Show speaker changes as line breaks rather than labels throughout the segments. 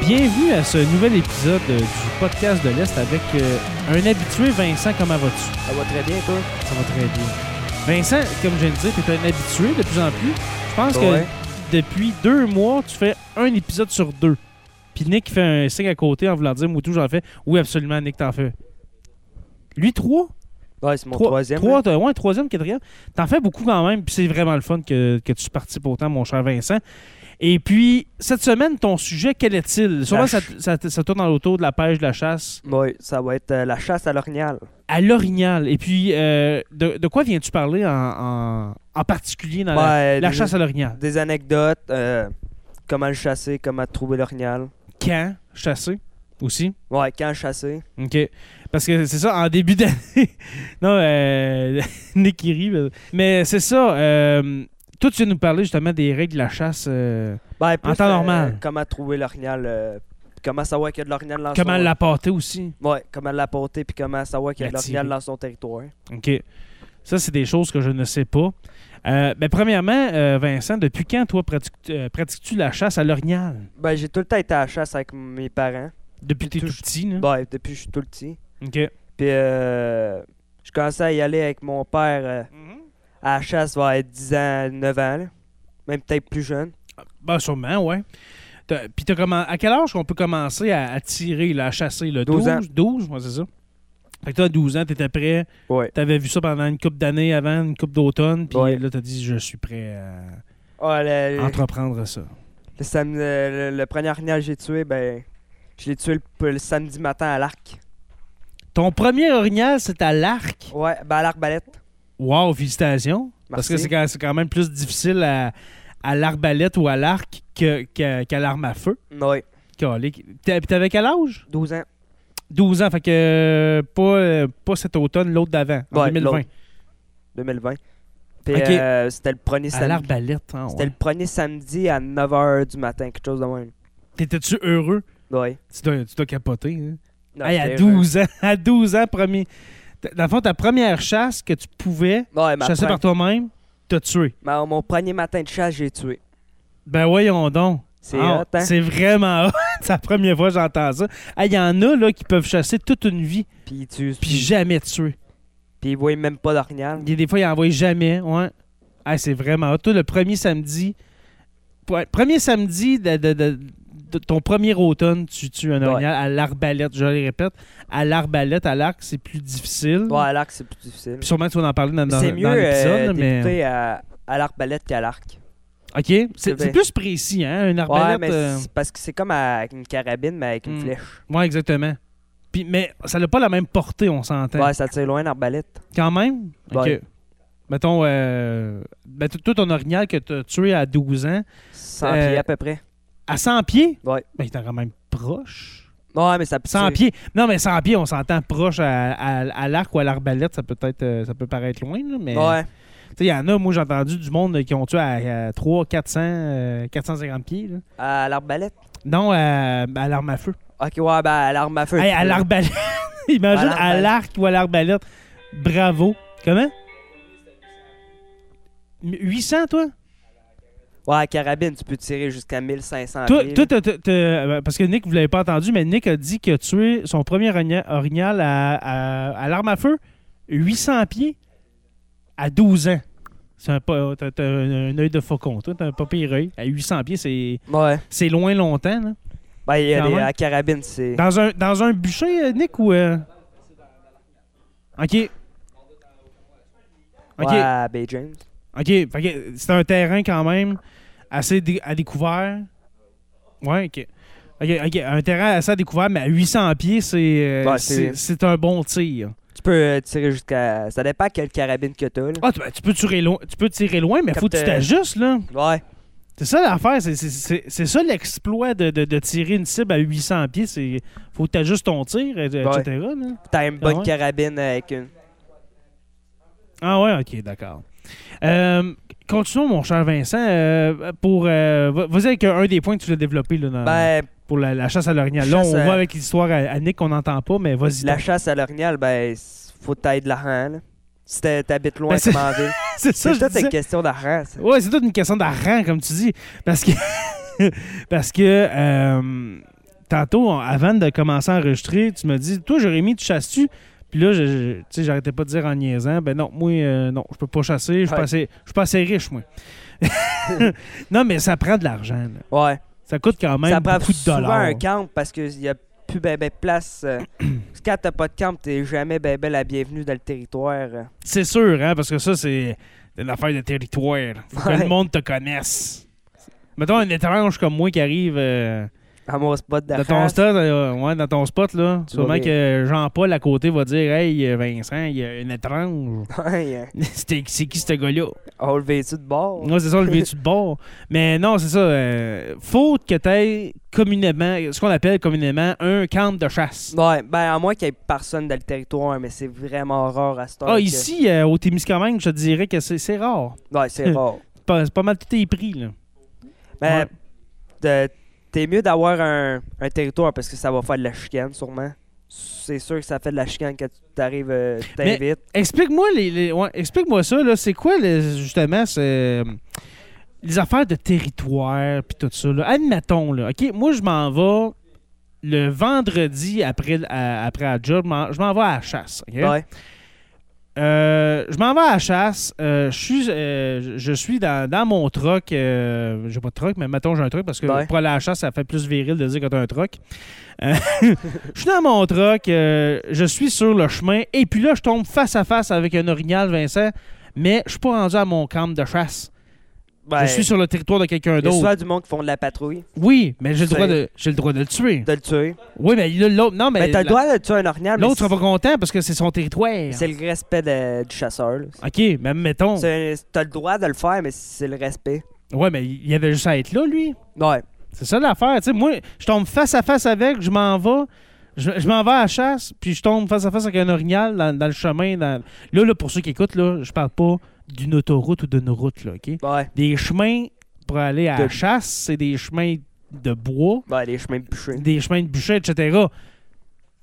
Bienvenue à ce nouvel épisode euh, du podcast de l'Est avec euh, un habitué, Vincent, comment vas-tu?
Ça va très bien, toi?
Ça va très bien. Vincent, comme je viens de dire, t'es un habitué de plus en plus. Je pense
Ouais.
que depuis deux mois, tu fais un épisode sur deux. Puis Nick fait un signe à côté en voulant dire Moutou, j'en fais. Oui, absolument, Nick, t'en fais. Lui, trois?
Ouais, c'est mon
Trois-
troisième.
Trois,
là.
t'as- ouais, troisième, quatrième. T'en fais beaucoup quand même, puis c'est vraiment le fun que, que tu participes autant, mon cher Vincent. Et puis, cette semaine, ton sujet, quel est-il? Sûrement,
La
ça, ça, ça tourne autour de la pêche, de la chasse,
Ouais, ça va être euh, la chasse à l'orignal.
à l'orignal. Et puis, euh, de, de quoi viens-tu parler en, en, en particulier dans la,
Ouais,
la
des,
chasse à l'orignal?
des anecdotes, euh, comment le chasser, comment trouver l'orignal.
Quand chasser aussi?
Ouais, quand le chasser.
OK. Parce que c'est ça, en début d'année. non, euh, Nick il rit, mais- Mais c'est ça. euh, toi, tu viens nous parler justement des règles de la chasse. euh,
Ben, plus,
En temps normal.
Comment trouver l'orignal, euh, comment savoir qu'il y a de l'orignal dans
Comment
son...
l'apporter aussi.
Ouais, comment l'apporter, puis comment savoir qu'il y a de
L'attirer.
l'orignal dans son territoire.
OK. Ça, c'est des choses que je ne sais pas. Euh, ben, premièrement, euh, Vincent, depuis quand, toi, pratiques- euh, pratiques-tu la chasse à l'orignal?
Ben, j'ai tout le temps été à la chasse avec mes parents.
Depuis que t'es tout
Touche-
petit, là?
Ouais, depuis que je suis tout le petit.
OK.
Puis, euh, je commençais à y aller avec mon père euh, à la chasse, va être 10 ans, 9 ans, là. Même peut-être plus jeune.
Ben, sûrement, ouais. T'as- Puis, t'as commen- à quel âge qu'on peut commencer à, à tirer, là, à chasser? Là?
12 ans.
12, moi, c'est ça. Fait que toi, à 12 ans, t'étais prêt.
Ouais.
T'avais vu ça pendant une coupe d'années avant, une coupe d'automne. Puis
Ouais.
là, t'as dit, je suis prêt à
Ah, le, le-
entreprendre ça.
le sam- euh, le- le premier orignal que j'ai tué, ben, je l'ai tué le, le samedi matin à l'arc.
Ton premier orignal, c'est à l'arc.
Ouais, ben à l'arbalète.
Wow, félicitations. Parce
Merci.
que c'est quand, c'est quand même plus difficile à, à l'arbalète ou à l'arc que- que- qu'à l'arme à feu.
Ouais,
Calique. T'a- Puis t'avais quel âge?
12 ans.
12 ans, fait que euh, pas, euh, pas cet automne, l'autre d'avant, en
Ouais,
2020.
l'autre. 2020. Puis
Ok.
euh, c'était le premier
À
samedi.
l'arbalète, hein,
C'était
ouais.
le premier samedi à 9h du matin, quelque chose de même.
T'étais-tu heureux?
Ouais.
Tu dois, tu dois capoter. hein.
Non,
Hey, à
j'étais
12 ans, à 12 ans, premier. t- Dans le fond, ta première chasse que tu pouvais
heureux. Ouais, ma
chasser
pre-
par toi-même, t'as tué.
ma- mon premier matin de chasse, j'ai tué.
Ben voyons donc.
C'est
Ah,
hot, hein?
C'est vraiment hot. C'est la première fois que j'entends ça. Ah, Il y en a là, qui peuvent chasser toute une vie
Puis ils tuent.
puis jamais tuer.
puis ils voyaient même pas d'orignal.
Il y a Des fois, ils n'en voient jamais. Ouais. Ah, c'est vraiment hot. Toi, le premier samedi, ouais, premier samedi de, de- de- de ton premier automne, tu tues un
Ouais.
orignal à l'arbalète. Je le répète, à l'arbalète, à l'arc, c'est plus difficile.
Ouais, à l'arc, c'est plus difficile.
Puis sûrement, tu vas en parler dans, dans-
C'est
dans
mieux
l'épisode.
euh,
mais...
débuter à, à l'arbalète qu'à l'arc.
OK. C'est- C'est,
C'est bien.
plus précis, hein? Une
Ouais,
arbalète.
mais
euh,
c'est parce que c'est comme à- une carabine, mais avec une
Hmm.
flèche.
ouais, exactement. Puis, mais ça n'a pas la même portée, on s'entend.
Ouais, ça tire loin l'arbalète.
Quand même? OK.
Ouais.
Mettons, euh, ben, t- toi, ton orignal que tu as tué à 12 ans,
100
Euh,
pieds à peu près.
à 100 pieds,
Ouais.
ben, il était quand même proche.
Ouais, mais ça peut
100
tirer.
pieds. Non, mais 100 pieds, on s'entend proche à, à- à l'arc ou à l'arbalète, ça peut être, euh, ça peut paraître loin, là, mais
Ouais.
tu sais, il y en a, moi, j'ai entendu du monde euh, qui ont tué à, à 300, 400, euh, 450 pieds. là.
À l'arbalète.
Non, à, à l'arme à feu.
Ok, ouais, ben à l'arme à feu.
Hey, à l'arbalète. Imagine
À
à
l'arbalète.
l'arc ou à l'arbalète. Bravo. Comment? 800, toi?
Ouais, à carabine, tu peux tirer jusqu'à 1500
Toi,
pieds.
toi, t'as- t'as- t'as- ben, parce que Nick, vous l'avez pas entendu, mais Nick a dit que tuer son premier orgna- orignal à, à- à l'arme à feu, 800 pieds, à 12 ans. C'est un, pas- t'as, t'as un, un œil de faucon, toi, t'as un pas pire œil. À 800 pieds, c'est,
Ouais.
c'est loin longtemps. là.
Ben, il y a
Quand
des,
même.
à carabine, c'est.
Dans, un, dans un bûcher, euh, Nick, ou... euh? OK. OK,
Ouais, à Bay James.
OK. Fait que c'est un terrain quand même assez dé- à découvert. Ouais, OK. OK, OK. Un terrain assez à découvert, mais à 800 pieds, c'est euh,
Ouais,
c'est-
c'est-
c'est un bon tir.
Tu peux euh, tirer jusqu'à. Ça dépend quelle carabine que t'as, là.
Ah, tu, ben, tu peux tirer loin, tu peux tirer loin mais faut que tu
Capte-
t'ajustes, là.
Ouais.
C'est ça l'affaire. c'est- c'est- C'est c'est ça l'exploit de, de- de tirer une cible à 800 pieds. c'est faut que tu ajustes ton tir, et- etc. là.
T'as une bonne
Ah ouais?
carabine avec une.
Ah ouais, OK, d'accord. Euh, continuons, mon cher Vincent, euh, pour... euh, va- Vas-y avec un des points que tu l'as développé là, dans,
Ben,
pour la, la chasse à l'orignal. Là,
Chasse
on
à-
va avec l'histoire à, à Nick qu'on n'entend pas, mais vas-y.
la
donc.
chasse à l'orignal, ben, s- faut que t'ailles de l'argent, là. Si t'es- t'habites loin,
Ben, c'est-
comme en ville.
c'est ça,
C'est
je
peut-être
disais.
une question d'argent, ça.
Ouais, c'est toute une question d'argent, comme tu dis. Parce que. parce que. euh, tantôt, on- avant de commencer à enregistrer, tu me dis, toi, Jérémy, tu chasses-tu? Puis là, je- je- tu sais, j'arrêtais pas de dire en niaisant, ben non, moi, euh, non, je peux pas chasser, je suis pas
Ouais.
assez- je suis pas assez riche, moi. non, mais ça prend de l'argent. là.
Ouais.
Ça coûte quand même
ça prend
beaucoup de
souvent
dollars.
un camp parce qu'il n'y a plus ben ben de place. euh, parce que quand t'as pas de camp, t'es jamais ben ben la bienvenue dans le territoire. euh.
C'est sûr, hein, parce que ça, c'est une affaire de territoire. Faut que
Ouais.
le monde te connaisse. Mettons un étrange comme moi qui arrive euh,
À mon spot
dans, ton
d'affaires.
spot, euh, ouais, dans ton spot, là.
Tu
Sûrement
vas
que Jean-Paul à côté va dire Hey euh, Vincent, il y a une étrange.
Ouais, euh,
C'était- c'est qui ce gars-là?
on le vêtu de bord.
Ouais, c'est ça, le vêtu de bord. Mais non, c'est ça. euh, faut que tu aies communément, ce qu'on appelle communément un camp de chasse.
Ouais, ben à moins qu'il y ait personne dans le territoire, mais c'est vraiment rare à ce temps
Ah, ici, euh, au Témiscamingue, je te dirais que c'est c'est rare.
Ouais, c'est rare.
Pas- C'est pas mal tout est pris, là.
Mais
Ouais.
Ben, de- t'es mieux d'avoir un, un territoire parce que ça va faire de la chicane, sûrement. C'est sûr que ça fait de la chicane quand tu t'arrives, euh, tu
Mais-
t'invites.
Explique-moi les, les- ouais, explique-moi ça là, c'est quoi le- justement ce- les affaires de territoire puis tout ça là. Admettons là, OK, moi je m'en vais le vendredi après à- après la job, je m'en- je m'en vais à la chasse, OK?
Ouais.
Euh, je m'en vais à la chasse. euh, je suis, euh, je suis dans, dans mon truck. euh, j'ai pas de truck, mais mettons j'ai un truck parce que
Ouais.
pour aller à la chasse, ça fait plus viril de dire que t'as un truck. Euh, je suis dans mon truck. euh, je suis sur le chemin. Et puis là, je tombe face à face avec un orignal, Vincent. Mais je suis pas rendu à mon camp de chasse.
Ben,
je suis sur le territoire de quelqu'un
Il y a
d'autre.
souvent du monde qui font de la patrouille,
Oui, mais j'ai le,
C'est-
droit de, j'ai le droit de le tuer.
de le tuer.
Oui, mais là, l'autre. Non, mais.
Mais t'as le
la-
droit de tuer un orignal, mais
L'autre sera
c'est-
pas content parce que c'est son territoire.
c'est le respect de- du chasseur. là.
OK, mais mettons.
C'est- T'as le droit de le faire, mais c'est le respect.
Ouais, mais il il avait juste à être là, lui.
Ouais.
C'est ça l'affaire. Tu sais, moi, je tombe face à face avec, je m'en vais. Je, je m'en vais à la chasse, puis je tombe face à face avec un orignal dans, dans le chemin. dans- Là, là, pour ceux qui écoutent, là, je parle pas d'une autoroute ou d'une route, là, OK?
Ouais.
Des chemins pour aller à la
De-
chasse, c'est des chemins de bois,
Ouais, les chemins bouchés.
des chemins de bûcher, etc.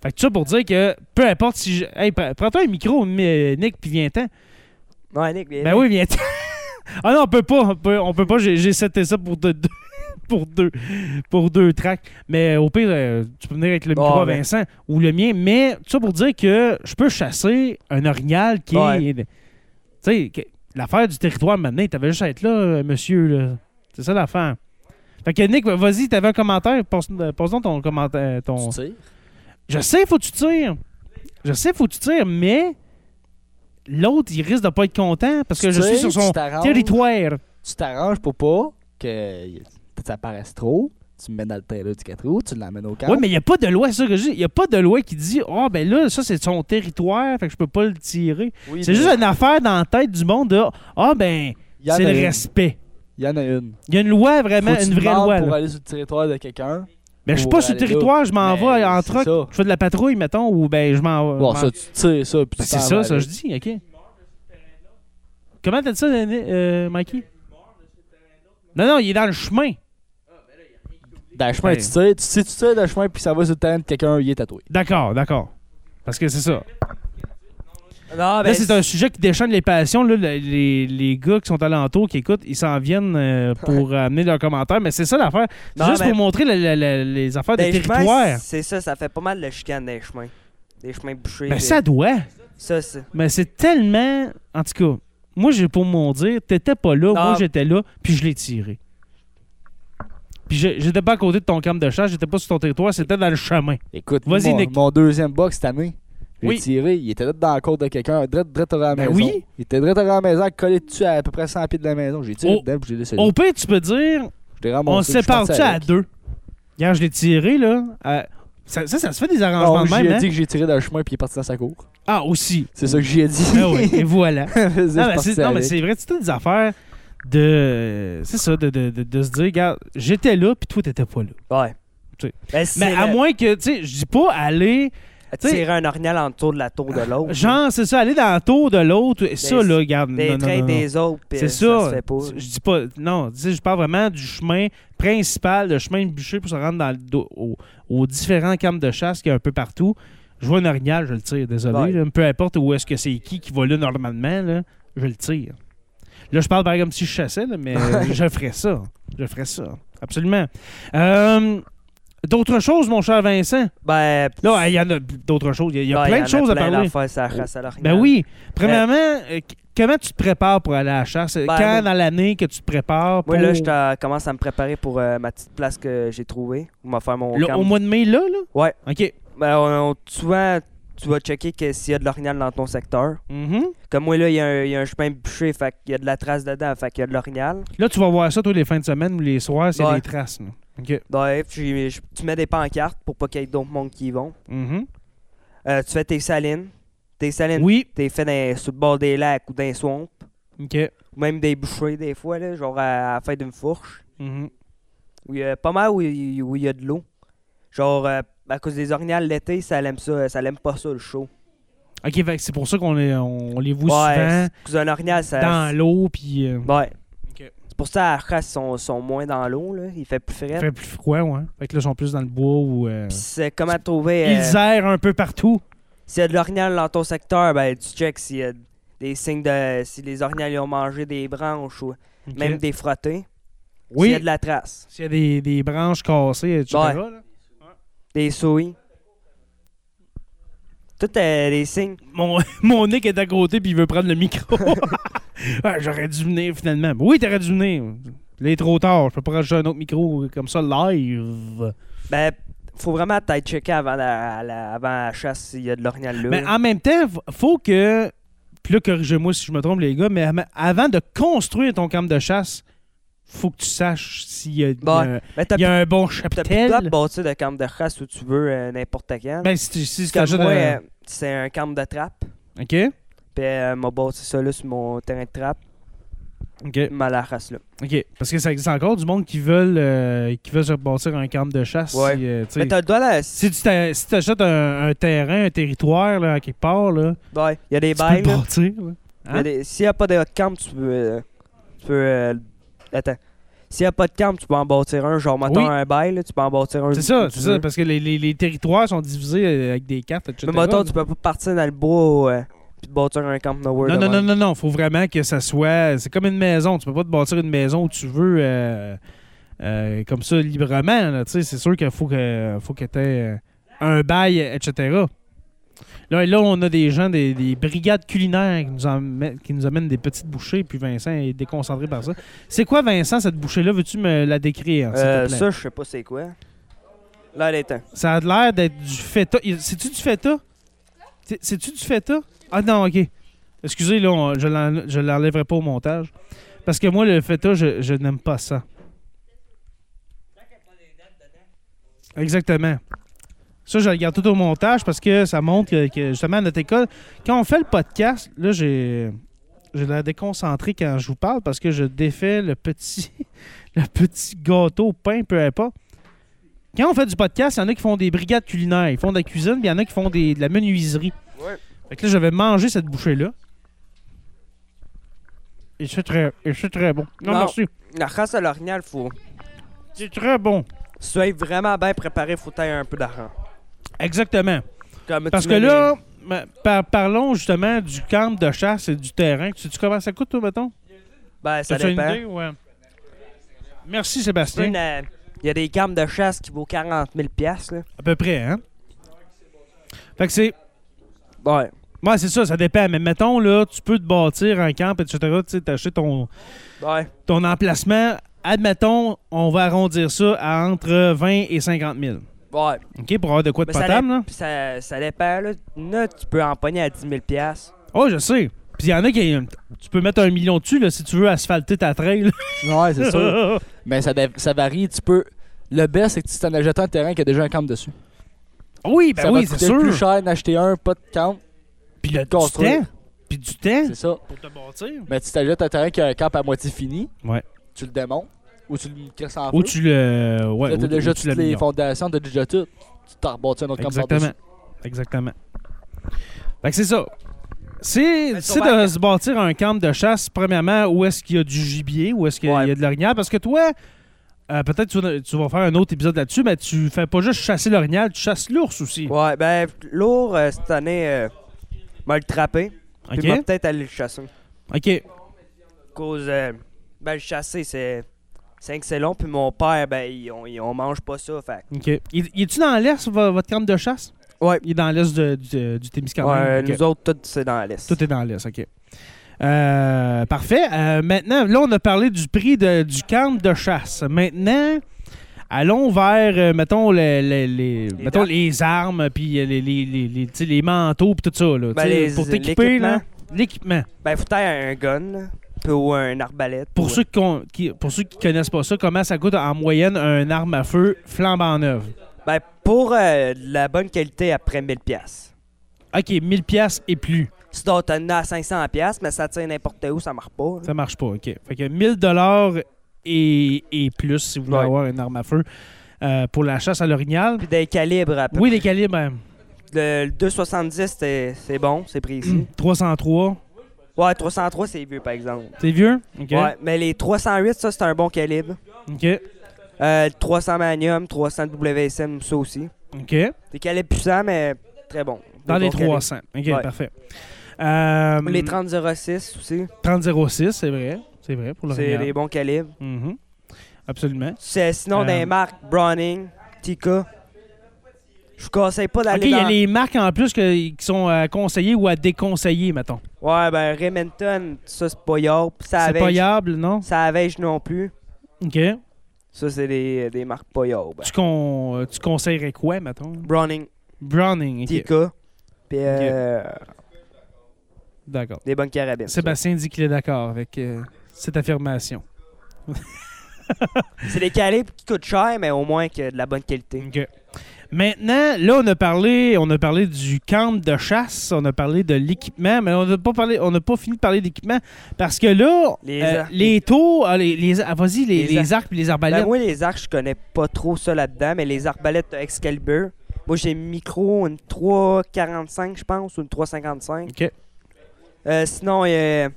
Fait que ça pour dire que, peu importe si... Je... Hey, pre- prends-toi un micro, mais, Nick, puis viens-t'en.
Ouais, Nick, mais-
Ben oui, viens Ah non, on peut pas, on peut, on peut pas, j'ai j'ai seté ça pour deux, deux- pour deux pour deux tracks. Mais au pire, euh, tu peux venir avec le micro
Ah,
à
ben.
Vincent ou le mien, mais tout ça pour dire que je peux chasser un orignal qui
Ouais.
est tu sais que- l'affaire du territoire maintenant, t'avais juste à être là euh, monsieur là. C'est ça l'affaire. Fait que Nick, vas-y, t'avais un commentaire, passe, passe donc ton commentaire ton
Tu tires?
je sais, faut que tu tires. Je sais, faut que tu tires, mais l'autre, il risque de pas être content parce que
Tu
je suis sur
tires,
son
tu t'arranges-
territoire.
Tu t'arranges pour pas que y- ça paraisse trop. Tu me mets dans le trailer du 4 roues, tu l'emmènes au camp.
Oui, mais il n'y a pas de loi, c'est ça que je dis. Il n'y a pas de loi qui dit Ah, ben là, ça, c'est son territoire, fait que je peux pas le tirer.
Oui,
C'est
mais
juste une affaire dans la tête du monde de Ah, ben,
il y en
c'est
a
le
une.
respect.
Il y en a une.
Il y a une loi vraiment,
Faut que tu
une vraie
demandes
loi.
pour
là.
aller sur le territoire de quelqu'un.
Mais je suis
pour
pas sur le
aller là.
territoire, je m'en
Mais
vais en
c'est
truck.
ça.
Je fais de la patrouille, mettons, ou ben, je m'en
Bon,
m'en-
ça, tu tires ça. Puis
Ben,
tu
c'est
t'en
ça,
vas
ça
aller.
je dis, ok. Comment t'as dit ça, euh, Mikey? Non, non, il est dans le chemin.
Dans le chemin,
Ouais.
tu tires. Tu, si tu tires dans le chemin, puis ça va sur le terrain de quelqu'un, il est tatoué.
D'accord, d'accord. Parce que c'est ça.
Non,
Là,
ben,
c'est un sujet qui déchaîne les passions. Là, le- les, les gars qui sont alentour, qui écoutent, ils s'en viennent euh, pour euh, amener leurs commentaires. Mais c'est ça l'affaire. C'est
Non,
juste
mais- Ben,
pour montrer la- la- la- les affaires de
des chemins,
territoire.
C'est ça, ça fait pas mal de chicane des chemins. Des chemins bouchés.
Ben,
des-
ça doit.
ça, c'est-
Mais c'est tellement. En tout cas, moi, j'ai pour mon dire, t'étais pas là, moi, j'étais là, puis je l'ai tiré. Puis je- j'étais pas à côté de ton camp de chasse, j'étais pas sur ton territoire, c'était dans le chemin.
Écoute,
Vas-y,
mon,
Nick.
mon deuxième box cette année, j'ai
Oui.
tiré, il était là dans la côte de quelqu'un, direct, direct à la
Ben
maison.
oui.
Il était direct à la maison, collé dessus à, à peu près 100 pieds de la maison. J'ai tiré
Oh.
dedans, puis j'ai laissé.
Au pire, tu peux dire,
Je l'ai ramassé,
on se
puis Euh, je suis parti
sépare-tu à
avec.
deux? Hier, je l'ai tiré, là. à- Ça, ça, ça se fait des arrangements
Non,
de
j'ai
même, hein?
dit que j'ai tiré dans le chemin, puis il est parti dans sa cour.
Ah, aussi.
C'est ça que j'ai dit.
Ah ouais, et voilà.
non,
non, mais c'est, non, mais c'est vrai, c'est toutes des affaires de. C'est ça, de, de- de- de se dire, regarde, j'étais là, puis toi, t'étais pas là.
Ouais.
Tu sais.
Ben, si
Mais
c'est
à
le-
moins que, tu sais, je dis pas aller. tu sais-
Tirer un orignal en dessous de la tour de l'autre.
Genre, c'est ça, aller dans le tour de l'autre, et ça,
Des-
là, regarde. non,
Des
non,
traits
non, non.
des autres, puis
C'est
ça,
ça.
se fait pas.
Je dis pas. Non, tu sais, je parle vraiment du chemin principal, le chemin de bûcher pour se rendre dans le do- au- aux différents camps de chasse qu'il y a un peu partout. Je vois un orignal, je le tire, désolé.
Ouais.
là, peu importe où est-ce que c'est qui qui va là normalement, là, je le tire. Là, je parle pareil comme si je chassais, là, mais je ferais ça. Je ferais ça. Absolument. Euh, D'autres choses, mon cher Vincent.
Ben,
Là, il y en a d'autres choses. Il y a, il y a
ouais,
plein
en
de choses à
plein
parler.
d'affaires sur la chasse à l'orignal.
Ben oui. Premièrement, euh, qu- comment tu te prépares pour aller à la chasse?
Ben,
Quand
moi-
dans l'année que tu te prépares pour...
Moi, là, je t'en- commence à me préparer pour euh, ma petite place que j'ai trouvée. On va faire mon
Là,
camp.
au mois de mai, là? là?
Ouais.
OK.
Ben, on- on- souvent, tu vas checker que s'il y a de l'orignal dans ton secteur.
Mhm.
Comme moi, là, il y, a un- il y a un chemin bûché, fait qu'il y a de la trace dedans, fait qu'il y a de l'orignal.
Là, tu vas voir ça tous les fins de semaine ou les soirs, s'il y a
Ouais.
des traces. là. OK.
Ouais, puis je- tu mets des pancartes pour pas qu'il y ait d'autres monde qui y vont.
Mhm.
Euh, tu fais tes salines. Tes salines,
Oui.
t'es fait dans, sur le bord des lacs ou d'un swamp.
OK.
Ou même des bouchées, des fois, là, genre à, à la fin d'une fourche.
Mhm.
Où il y a pas mal où il où il y a de l'eau. Genre, euh, à cause des orignales l'été, ça l'aime ça, ça l'aime pas ça le chaud.
OK, fait que c'est pour ça qu'on les, on les voue
ouais,
souvent
c'est- cause d'un orignal, ça.
dans l'eau, puis euh,
Ouais.
Ok.
C'est pour ça que les races sont, sont moins dans l'eau, là. Il fait plus
il
frais.
fait plus froid, ouais. Fait que là, ils sont plus dans le bois ou... euh,
Puis c'est comment trouver. euh,
Ils errent un peu partout.
S'il y a de l'orignal dans ton secteur, ben tu checks s'il y a des signes de. si les orignales ils ont mangé des branches ou
OK.
même des frottés. S'il y
Oui,
a de la trace.
s'il y a des, des branches cassées, etc.
Ouais.
là.
Des souris. Tout euh, des signes.
Mon, mon Nick est à côté puis il veut prendre le micro. Ah, J'aurais dû venir finalement. Oui, t'aurais dû venir. Là, il est trop tard. Je peux pas rajouter un autre micro comme ça live.
Ben, faut vraiment t'aille checker avant la, la- avant la chasse s'il y a de l'orignal là.
Mais Ben, en même temps, f- faut que. Puis là, corrigez-moi si je me trompe, les gars, mais ama- avant de construire ton camp de chasse, faut que tu saches s'il y a,
Bon,
euh,
Ben, t'as
il y a
plus
un bon
t'as plus de
chapitel.
droit de bâtir de camp de chasse où tu veux euh, n'importe quand.
Ben, si tu si tu
Comme
t'ajoutes
moi,
un-
euh, c'est un camp de trappe.
OK.
Puis, euh, m'a bâti ça là sur mon terrain de trappe.
OK.
M'a la chasse là.
OK. Parce que ça existe encore du monde qui veulent, euh, qui veulent se bâtir un camp de chasse.
Ouais.
si, euh, tu sais.
Mais Ben, t'as le droit de.
Si tu t'a- si t'achètes un, un terrain, un territoire, là, à quelque part, là,
Ouais, il y a des
tu peux le
bails là.
bâtir. là. Hein?
Il y a des- S'il n'y a pas de camp, tu peux. euh, tu peux euh, attends. S'il n'y a pas de camp, tu peux en bâtir un. Genre, mettons
Oui.
un bail, là, tu peux en bâtir un.
C'est
où
ça,
tu
c'est ça,
veux.
parce que les, les- les territoires sont divisés euh, avec des cartes, etc.
Mais mettons, tu peux pas partir dans le bois euh, puis te bâtir un camp nowhere.
non,
de
non, non,
même.
non, non, faut vraiment que ça soit. C'est comme une maison. Tu peux pas te bâtir une maison où tu veux euh, euh, comme ça librement. là, tu sais, C'est sûr qu'il faut que faut que t'aies, euh, un bail, etc. Là, et là, on a des gens, des, des brigades culinaires qui nous, emmènent, qui nous amènent des petites bouchées, puis Vincent est déconcentré par ça. C'est quoi, Vincent, cette bouchée-là? Veux-tu me la décrire, s'il
Euh,
te plaît?
ça, je sais pas c'est quoi. Là, elle est un.
Ça a l'air d'être du feta. Il- C'est-tu du feta? C'est- C'est-tu du feta? Ah non, ok. Excusez, là, on- je l'en- je l'enlèverai pas au montage. Parce que moi, le feta, je, je n'aime pas ça. Exactement. Ça, je le garde tout au montage parce que ça montre que, que, justement, à notre école, quand on fait le podcast, là, j'ai j'ai l'air déconcentré quand je vous parle parce que je défais le petit, le petit gâteau, pain, peu importe. Quand on fait du podcast, il y en a qui font des brigades culinaires. Ils font de la cuisine, puis il y en a qui font des- de la menuiserie.
Ouais.
Fait que là, j'avais mangé cette bouchée-là. Et c'est très, et c'est très bon. Non,
Non.
merci.
La chasse à l'orignal, faut.
C'est très bon.
Si tu es vraiment bien préparé, faut tailler un peu d'argent.
Exactement.
Comme tu
Parce que
mets
là, ma- par- parlons justement du camp de chasse et du terrain. Tu, tu comment ça coûte, toi, mettons?
les- Ben, ça
T'as-tu une
dépend.
idée? Ouais. Merci,
Tu sais,
Sébastien.
une, euh, Il y a des camps de chasse qui vaut 40 000 là.
À peu près, hein? Fait que c'est...
Ouais.
Ouais, c'est ça, ça dépend. Mais mettons, là, tu peux te bâtir un camp, etc. Tu sais, t'acheter ton...
Ouais.
ton emplacement, admettons, on va arrondir ça à entre 20 et 50 000.
Ouais.
OK, pour avoir de quoi de
Mais
potable, là.
ça, dé- ça, ça dépend. Là. Là, tu peux en pogner à 10 000
Oh, je sais. Puis il y en a qui... Tu peux mettre un million dessus, là, si tu veux asphalter ta trail.
Ouais, c'est sûr. Mais ça, dé- ça varie, tu peux. Le best, c'est que tu t'en achètes un terrain qui a déjà un camp dessus.
oui, ben
ça
oui,
va
c'est
coûter
sûr.
plus cher d'acheter un, pas de camp.
Puis le du
Construire.
temps. Puis du temps.
C'est ça.
Pour te bâtir.
Mais tu t'achètes un terrain qui a un camp à moitié fini.
Ouais.
Tu le démontes. Ou tu le crisses en
Ou
feu.
tu le... Ouais,
Là,
ou-
t'as déjà
ou tu
toutes les
l'améliores.
fondations, t'as déjà tout. Tu t'en rebâtis un autre camp
Exactement.
par-dessus.
Exactement. Fait que c'est ça. C'est
Mais
c'est
sûrement-
de se bâtir un camp de chasse, premièrement, où est-ce qu'il y a du gibier, où est-ce qu'il y a-
Ouais.
il y a de l'orignal. Parce que toi, euh, peut-être tu, vas- tu vas faire un autre épisode là-dessus, mais tu fais pas juste chasser l'orignal, tu chasses l'ours aussi.
Ouais, ben, lourd, euh, cette année, euh, m'a le trappé. Puis m'a
OK?
peut-être aller le chasser.
OK.
Cause. euh, ben, le chasser, c'est. 5 c'est long, puis mon père, ben, il- on, il- on mange pas ça. Fait que-
OK. Il, il est-tu dans l'est, vo- votre camp de chasse?
Ouais.
Il est dans l'est de- du, du Témiscamingue.
Ouais,
OK.
Nous autres, tout, c'est dans la liste.
Tout est dans l'est, OK. Euh, parfait. Euh, maintenant, là, on a parlé du prix de- du camp de chasse. Maintenant, allons vers, euh, mettons, les, les, les-
Les
mettons,
dates.
les armes, puis euh, les, les, les, les- tu sais, les manteaux, puis tout ça. Là,
Ben,
Tu sais,
les-
pour t'équiper, là,
l'équipement.
l'équipement.
Ben, faut faire un gun, là, puis- ou un arbalète.
Pour,
ou- euh,
ceux qu'on- qui, pour ceux qui connaissent pas ça, comment ça coûte en moyenne un arme à feu flambant neuve?
Ben, pour euh, de la bonne qualité, après 1000$. piastres.
OK, 1000 pièces et plus.
Sinon, t'en as à 500$, piastres, mais ça tire n'importe où, ça marche pas. là.
Ça marche pas, OK. Fait que 1000 dollars et, et plus si vous voulez
Ouais.
avoir une arme à feu euh, pour la chasse à l'orignal.
Puis des calibres, à peu
Oui, les calibres, hein,
Le, le 270, c'est c'est bon, c'est
Mm.
précis.
303.
ouais, 303, c'est vieux, par exemple.
T'es vieux? OK.
Ouais, mais les 308, ça, c'est un bon calibre.
OK.
Euh, le 300 Manium, 300 WSM, ça aussi.
OK.
Des calibres puissants, mais très bons. Des
Dans les
bons calibres.
300. OK,
Ouais.
parfait. Euh,
Les 3006 aussi,
30-06, c'est vrai. C'est vrai pour
c'est
l'orignal.
des bons calibres.
Mhm. Absolument.
C'est- sinon,
Euh,
des marques Browning, Tika. Je vous conseille pas
OK,
d'aller
il y
dans-
a les marques en plus que- qui sont à conseiller ou à déconseiller, mettons.
Ouais, ben Remington, ça, c'est pas York. Ça
C'est pas
avait
viable, non?
Ça Avage non plus.
OK.
Ça, c'est des, des marques pas York. ben.
Tu, con- euh, tu conseillerais quoi, mettons?
Browning,
Browning, OK.
Tika. Puis euh,
D'accord.
des bonnes carabines. ça.
Sébastien dit qu'il est d'accord avec euh, cette affirmation.
C'est des calibres qui coûtent cher, mais au moins que de la bonne qualité.
OK. Maintenant, là, on a parlé, on a parlé du camp de chasse, on a parlé de l'équipement, mais on n'a pas parlé, on n'a pas fini de parler d'équipement parce que là,
Les
euh,
arcs.
les taux, ah, les, les- ah, vas-y, les,
Les
les
arcs.
arcs et les
Ben,
arbalètes.
moi, les arcs, je connais pas trop ça là-dedans, mais les arbalètes Excalibur, moi j'ai micro, une 345, je pense, ou une 355.
OK.
Euh, sinon, euh,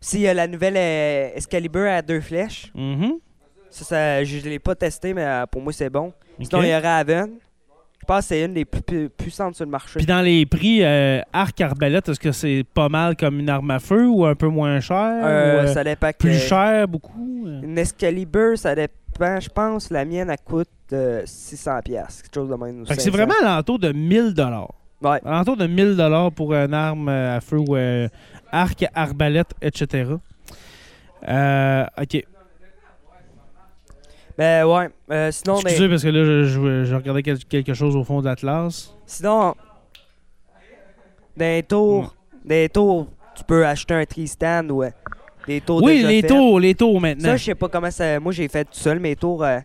s'il y a la nouvelle euh, Excalibur à deux flèches,
Mhm.
ça, ça, je l'ai pas testé, mais euh, pour moi c'est bon.
OK.
Sinon, il y a Raven. Je pense que c'est une des plus pu- puissantes sur le marché.
Puis dans les prix euh, arc arbalète, est-ce que c'est pas mal comme une arme à feu ou un peu moins cher
Euh,
ou, euh,
ça dépend que-
plus cher beaucoup euh?
Une Excalibur, ça dépend, je pense, la mienne, elle coûte euh, 600$, piastres, quelque chose de même. ou
Fait que
500.
c'est vraiment à l'entour de 1000 dollars.
Ouais.
À l'entour de 1000 dollars pour une arme euh, à feu ou euh, arc, arbalète, etc. Euh, ok.
Ben ouais. Euh, sinon, mais-
Excusez parce que là, je, je- je regardais quel- quelque chose au fond de l'Atlas.
sinon, des tours,
Hmm.
des tours, tu peux acheter un Tristan ou euh, des tours
Oui,
déjà
les
faits.
taux, les taux maintenant.
Ça, je sais pas comment ça. Moi, j'ai fait tout seul mes tours. euh,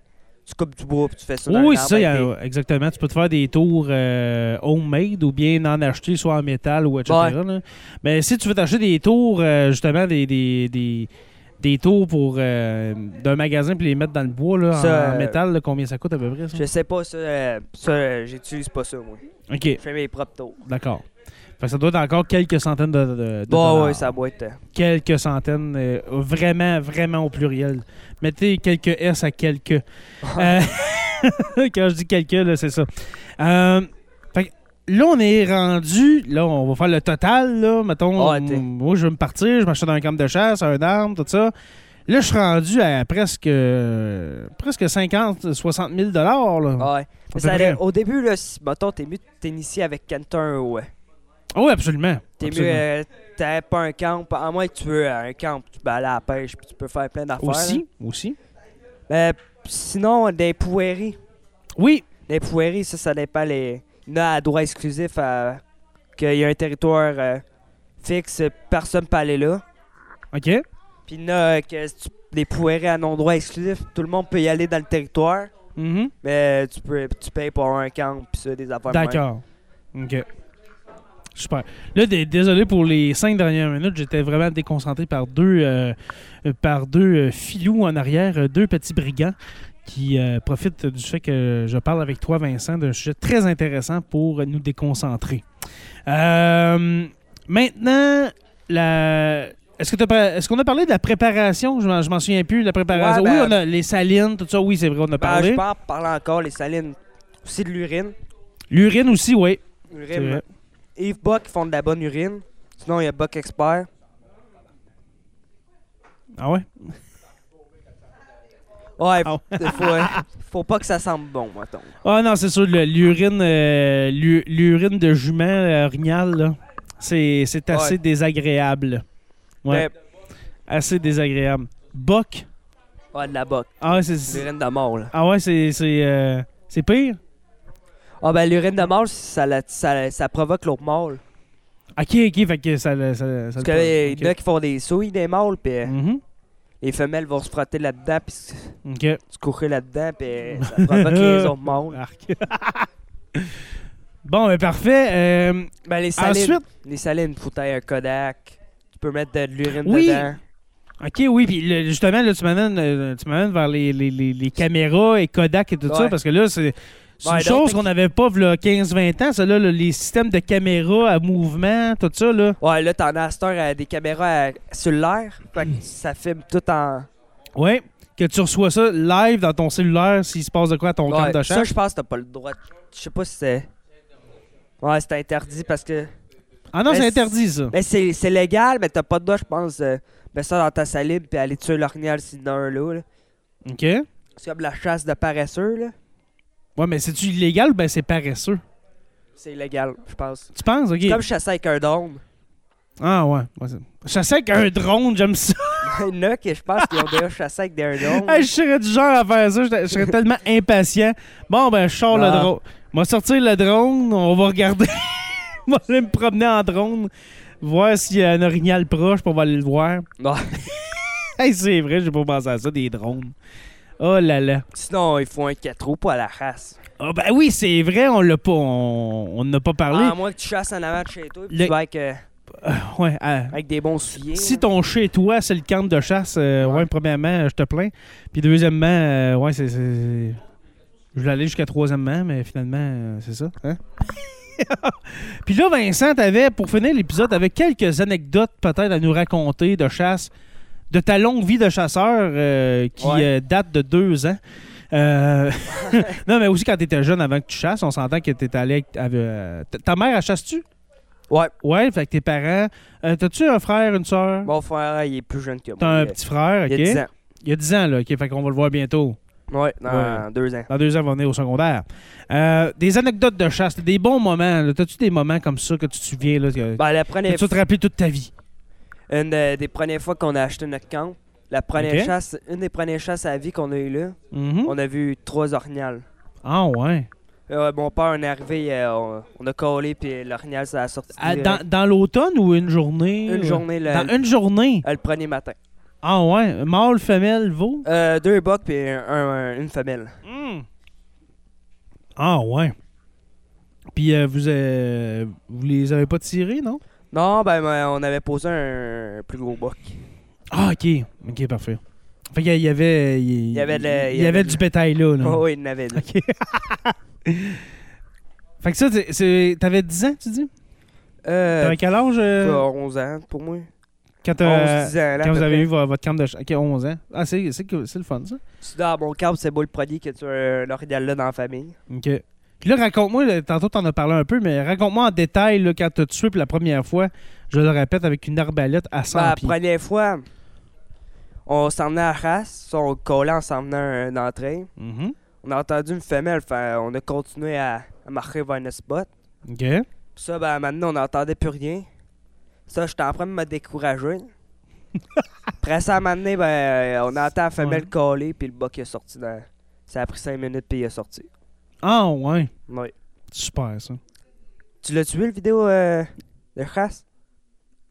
tu coupes du bois puis tu fais ça.
Oui,
dans
oui,
un
c'est ça, il y a-
arbre
exactement. Tu peux te faire des tours euh, homemade ou bien en acheter soit en métal ou etc.
Ouais.
là. Mais si tu veux t'acheter des tours, euh, justement, des, des, des, des tours pour euh, d'un magasin puis les mettre dans le bois là, en-
Ça,
en,
euh,
métal, là, combien ça coûte à peu près?
avec
Ça?
des- Je sais pas ça. euh, ça, euh, j'utilise pas ça, moi.
OK,
Je fais mes propres tours.
d'accord. Fait que ça doit être encore quelques centaines de, de, de
Bon,
dollars.
ouais, ça doit être. euh,
Quelques centaines, euh, vraiment, vraiment au pluriel. Mettez quelques S à quelques. Euh, quand je dis quelques, là, c'est ça. Euh, fait que là, on est rendu. Là, on va faire le total. Là, mettons,
Ouais, Ah, t'es-
moi, je vais me partir. Je m'achète un camp de chasse, un arme, tout ça. Là, je suis rendu à presque, euh, presque 50, 60 000 dollars. là.
Ouais. Mais
peu
ça,
près.
euh, au début, là, si, mettons, t'es mieux de t'initier avec quelqu'un ou. euh,
Oh, absolument.
T'es mieux,
absolument.
euh, t'as pas un camp, à moins que tu veux euh, un camp, tu peux aller à la pêche, puis tu peux faire plein d'affaires. là.
aussi, aussi.
Euh, pis sinon, des pouvoiries.
Oui,
Des pouvoiries, ça, ça dépend les. Il y en a à droit exclusif à... qu'il y a un territoire euh, fixe, personne peut aller là.
OK.
Puis il y en a euh, que si tu- des pouvoiries à non droit exclusif, tout le monde peut y aller dans le territoire,
Mhm.
mais tu peux tu payes pour un camp, puis ça, des affaires. de même.
D'accord. OK. Super. Là, dé- désolé pour les cinq dernières minutes, j'étais vraiment déconcentré par deux, euh, euh, par deux euh, filous en arrière, euh, deux petits brigands qui euh, profitent du fait que je parle avec toi, Vincent, d'un sujet très intéressant pour nous déconcentrer. Euh, maintenant, la... Est-ce que t'as par- est-ce qu'on a parlé de la préparation? Je m'en- je m'en souviens plus, la préparation.
Ouais, ben-
oui, on a les salines, tout ça. Oui, c'est vrai, on a
Ben,
parlé.
je parle, parle encore, les salines, aussi de l'urine.
L'urine aussi, oui. C'est
L'urine,
vrai.
Yves Buck font de la bonne urine. Sinon, il y a Buck Expert.
Ah ouais?
Ouais,
Ah
faut, faut- faut pas que ça semble bon, mettons.
Ah non, c'est sûr, le- l'urine euh, l'u- l'urine de jument euh, orignale, là, c'est c'est assez
Ouais. Ben,
désagréable. Ouais,
Mais,
assez désagréable. Boc.
ouais, de la botte.
Ah ouais, c'est- c'est
L'urine de mâle.
ah ouais, c'est c'est, euh, c'est pire.
Ah ben, l'urine de mâle, ça, la- ça, ça provoque l'autre mâle.
Ok, ok, fait que ça, le- ça, le- ça
Parce
le
qu'il
prend.
y en a qui font des souilles des mâles, puis euh,
Ok. Mhm.
les femelles vont se frotter là-dedans, puis se
Ok.
se courir là-dedans,
Mm.
puis ça provoque les autres mâles.
Arc. bon, ben parfait. Euh,
Ben, les salines,
ensuite,
les salines, faut tailler un Kodak. Tu peux mettre de, de l'urine
Oui.
dedans.
ok, oui, puis le- justement, là, tu m'amènes, euh, tu m'amènes vers les, les- les- les caméras et Kodak et tout ça,
Ouais.
parce que là, c'est. c'est
Ouais,
une
donc,
chose
t'as-
qu'on n'avait pas v'là 15-20 ans, ça là, le- les systèmes de caméras à mouvement, tout ça là.
Ouais, là, t'en as à cette heure à des caméras à- sur l'air. Fait
Mm.
que ça filme tout en.
Ouais, que tu reçois ça live dans ton cellulaire s'il se passe de quoi à ton
Ouais,
camp de
ça,
charge.
je pense que t'as pas le droit. de- Je sais pas si c'est. Ouais, c'est interdit parce que.
Ah non,
Ben,
c'est
c'est-
interdit ça.
Ben, c'est c'est légal, mais t'as pas le droit, je pense, de mettre ça dans ta salive puis aller tuer l'orignal s'il y en a un là. là.
OK. Ouais,
C'est comme la chasse de paresseux, là.
mais c'est tu illégal ou ben c'est paresseux.
C'est illégal, je pense.
Tu penses OK.
C'est Comme chasser avec un dôme.
Ah ouais, ouais c'est- chasser avec un drone, j'aime ça.
Il y en a qui, je pense, qui ont déjà chassé avec des dômes.
Hey, je serais du genre à faire ça, je je serais tellement impatient. Bon, ben, je sors le
Non.
drone. Moi, sortir le drone, on va regarder. Moi, je vais aller me promener en drone, voir s'il y a un orignal proche, pour aller le voir.
Ouais.
Hey, c'est vrai, j'ai pas pensé à ça, des drones. Oh là là.
Sinon, il faut un 4 roues pas à la race.
Ah, ben oui, c'est vrai, on l'a pas. On on n'a pas parlé.
À moins que tu chasses en avant de chez toi puis
Le-
tu vas avec, euh,
Ouais, ah,
avec des bons souliers.
Si ton chez toi, c'est le camp de chasse, euh, ouais.
Ouais.
premièrement, euh, je te plains. Puis deuxièmement, euh, ouais, c'est. c'est- c'est- Je voulais aller jusqu'à troisièmement, mais finalement, euh, c'est ça. hein? Puis là, Vincent, t'avais, pour finir l'épisode, t'avais quelques anecdotes peut-être à nous raconter de chasse, de ta longue vie de chasseur euh, qui
Ouais.
euh, date de deux ans. Euh, non, mais aussi quand t'étais jeune avant que tu chasses, on s'entend que t'étais allé avec. avec, euh, t- ta mère, elle chasse-tu?
Ouais,
Ouais, fait que tes parents. euh, T'as-tu un frère, une soeur?
mon frère, il est plus jeune que moi.
T'as un
Il-
petit frère, OK?
Euh, Il a 10
Il y a 10 ans, là. OK, fait qu'on va le voir bientôt.
ans. Ouais, dans 2 ans.
Dans deux ans, il va venir au secondaire. Euh, des anecdotes de chasse, des bons moments. là. T'as-tu des moments comme ça que tu te souviens, là? Que,
Ben, la première,
que tu vas te rappeler toute ta vie?
une euh, des premières fois qu'on a acheté notre camp, la première
Ok.
chasse, une des premières chasses à la vie qu'on a eu là,
Mhm.
on a vu trois orignales.
Ah, ouais.
Euh, mon père, on est arrivé, euh, on, on a collé, puis l'orignal, ça a sorti euh,
À-
direct.
Ah, Euh, dans dans l'automne ou une journée?
une
Ouais.
journée, le,
Dans une journée?
euh, le premier matin.
Ah, ouais. Mâle, femelle, veau?
Euh, deux bocs, puis un- un- une femelle. Hmm.
Ah, ouais. Puis euh, vous, euh, vous les avez pas tirés, non?
Non, ben, ben, on avait posé un plus gros boc.
Ah, OK. OK, parfait. Fait qu'il y avait... Il
y avait de la-
il y avait du bétail, là. là.
Oh, il n'avait dit.
OK. fait que ça, c'est- c'est- t'avais 10 ans, tu dis?
Euh,
T'avais quel âge euh,
11 ans pour moi.
quand,
11,
euh,
10 ans. Là, à
quand
peu
vous avez
près.
eu vo- votre camp de... ch- OK, 11 ans. Ah, c'est c'est que- c'est le fun, ça.
Tu dans mon camp, c'est beau le produit que tu as un orignal là dans la famille.
OK. Puis là, raconte-moi, là, tantôt t'en as parlé un peu, mais raconte-moi en détail là, quand t'as tué pour la première fois, je le répète, avec une arbalète à 100
Ben, la
pieds.
première fois, on s'en venait à la race, on collait en s'en venant euh, dans le train.
Mhm.
On a entendu une femelle, fait, on a continué à, à marcher vers notre spot.
OK.
Puis ça, ben, maintenant, on n'entendait plus rien. Ça, j'étais en train de me décourager. Après ça, à un moment donné, ben, euh, on entend la femelle
Ouais.
coller, puis le boc est sorti. Dans... Ça a pris 5 minutes, puis il est sorti.
Ah, ouais.
Ouais.
Super, ça.
Tu l'as-tu vu, le vidéo euh, de chasse?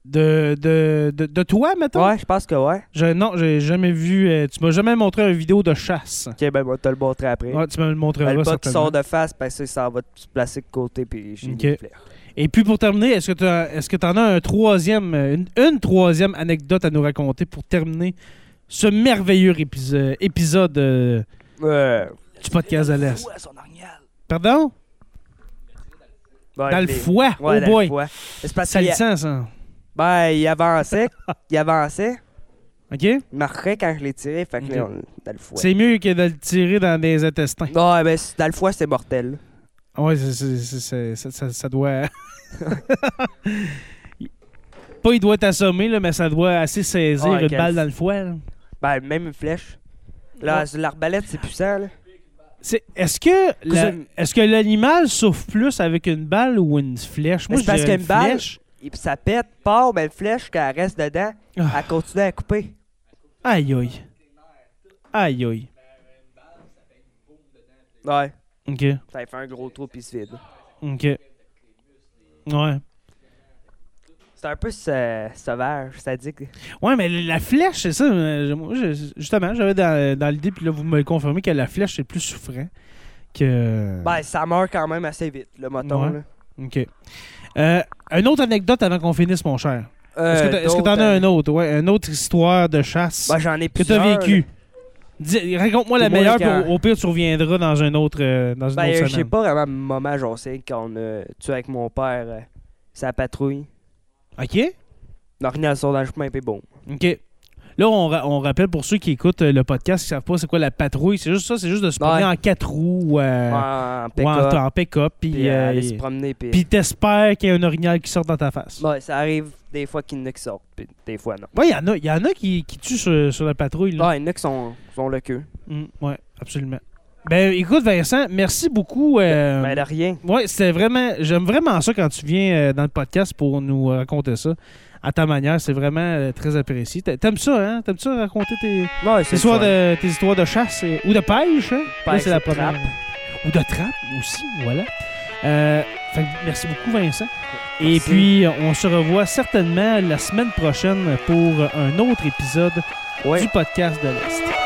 De, de, de, de toi, mettons?
Ouais, je pense que ouais.
Je, non, j'ai jamais vu... euh, tu m'as jamais montré une vidéo de chasse.
Ok, ben, moi, te le montrer après.
Ouais, tu me le montreras,
Ben, le boc qui
certainement.
sort de face, ben, ça, ça va se placer de côté, puis j'ai
Ok.
mis le flair.
Et puis pour terminer, est-ce que tu est-ce que en as un troisième, euh, une, une troisième anecdote à nous raconter pour terminer ce merveilleux épiso- épisode euh,
Euh,
du podcast de l'Est? Pardon?
ben,
dans le
les-
foie,
Ouais,
oh
dans
boy!
le foie. C'est parce
Ça
qu'il
le sent, ça.
ben, il avançait, il avançait,
OK?
il marchait quand je l'ai tiré, fait que là,
Ok.
on- dans le foie.
C'est mieux que de le tirer dans des intestins. Ah
Non, ben, c'est- dans le foie, c'est mortel.
Ouais, c'est- c'est- c'est- c'est- ça, ça- ça doit... Pas il doit t'assommer, là, mais ça doit assez saisir
Ah, Ouais,
une
quel-
balle dans le foie. là.
Ben, même une Bah, flèche. Là, sur l'arbalète, c'est puissant, là.
C'est- Est-ce que la- est-ce que l'animal souffre plus avec une balle ou une flèche?
Mais
Moi,
c'est
je
parce
dirais
qu'une balle-
flèche.
Et puis ça pète, part, mais le flèche, quand elle reste dedans,
Ah.
elle continue à couper.
Aïe aïe. Aïe aïe.
Ouais.
OK.
Ça fait un gros trou, puis il se vide.
OK. Ouais.
C'est un peu sa- sauvage, sadique.
Ouais, mais la flèche, c'est ça. euh, moi, je- Justement, j'avais dans, dans l'idée, puis là, vous me confirmez que la flèche, c'est plus souffrant que.
Ben, ça meurt quand même assez vite, le moton,
Ouais.
là.
OK. Euh, une autre anecdote avant qu'on finisse, mon cher. Est-ce que
Euh,
t'as- est-ce que t'en
d'autres,
as
euh,
une autre? Ouais, une autre histoire de chasse
Ben, j'en ai
que t'as
plusieurs.
vécue. Dis- Raconte-moi la
Au moins
meilleure, puis
quand-
au, au pire, tu reviendras dans, un autre, euh, dans une
Ben,
autre
je sais
semaine.
pas vraiment, maman, j'en sais, quand on a tué avec mon père euh, sa patrouille.
OK?
On a rien à sur dans le chemin, puis bon.
OK. Là, on, ra- on rappelle pour ceux qui écoutent euh, le podcast, qui savent pas c'est quoi la patrouille. C'est juste ça, c'est juste de se promener
Ouais.
en quatre roues euh,
en
ou en,
pick-up,
en pick-up. Puis
puis euh,
euh,
aller se promener, puis...
puis t'espères qu'il y a un orignal qui sort dans ta face.
Ouais, ça arrive des fois qu'il y en a qui sortent, puis des fois non.
Ouais, il y en a, il y en a qui, qui tuent sur, sur la patrouille. Là.
Ouais, il y en a qui sont, sont le queue.
Mm, ouais, absolument. Ben, écoute, Vincent, merci beaucoup. euh,
Mais de rien.
Ouais, c'était vraiment. J'aime vraiment ça quand tu viens euh, dans le podcast pour nous euh, raconter ça. À ta manière, c'est vraiment euh, très apprécié. T'a- T'aimes ça, hein? T'aimes ça raconter tes,
Ouais,
tes histoires, de, tes histoires de chasse et- ou de pêche, hein? Là,
Pêche
c'est la
et
première.
trappe.
Ou de trappe aussi, voilà. Euh, fait que merci beaucoup, Vincent. Et
Merci.
puis, on se revoit certainement la semaine prochaine pour un autre épisode
Ouais.
du podcast de l'Est.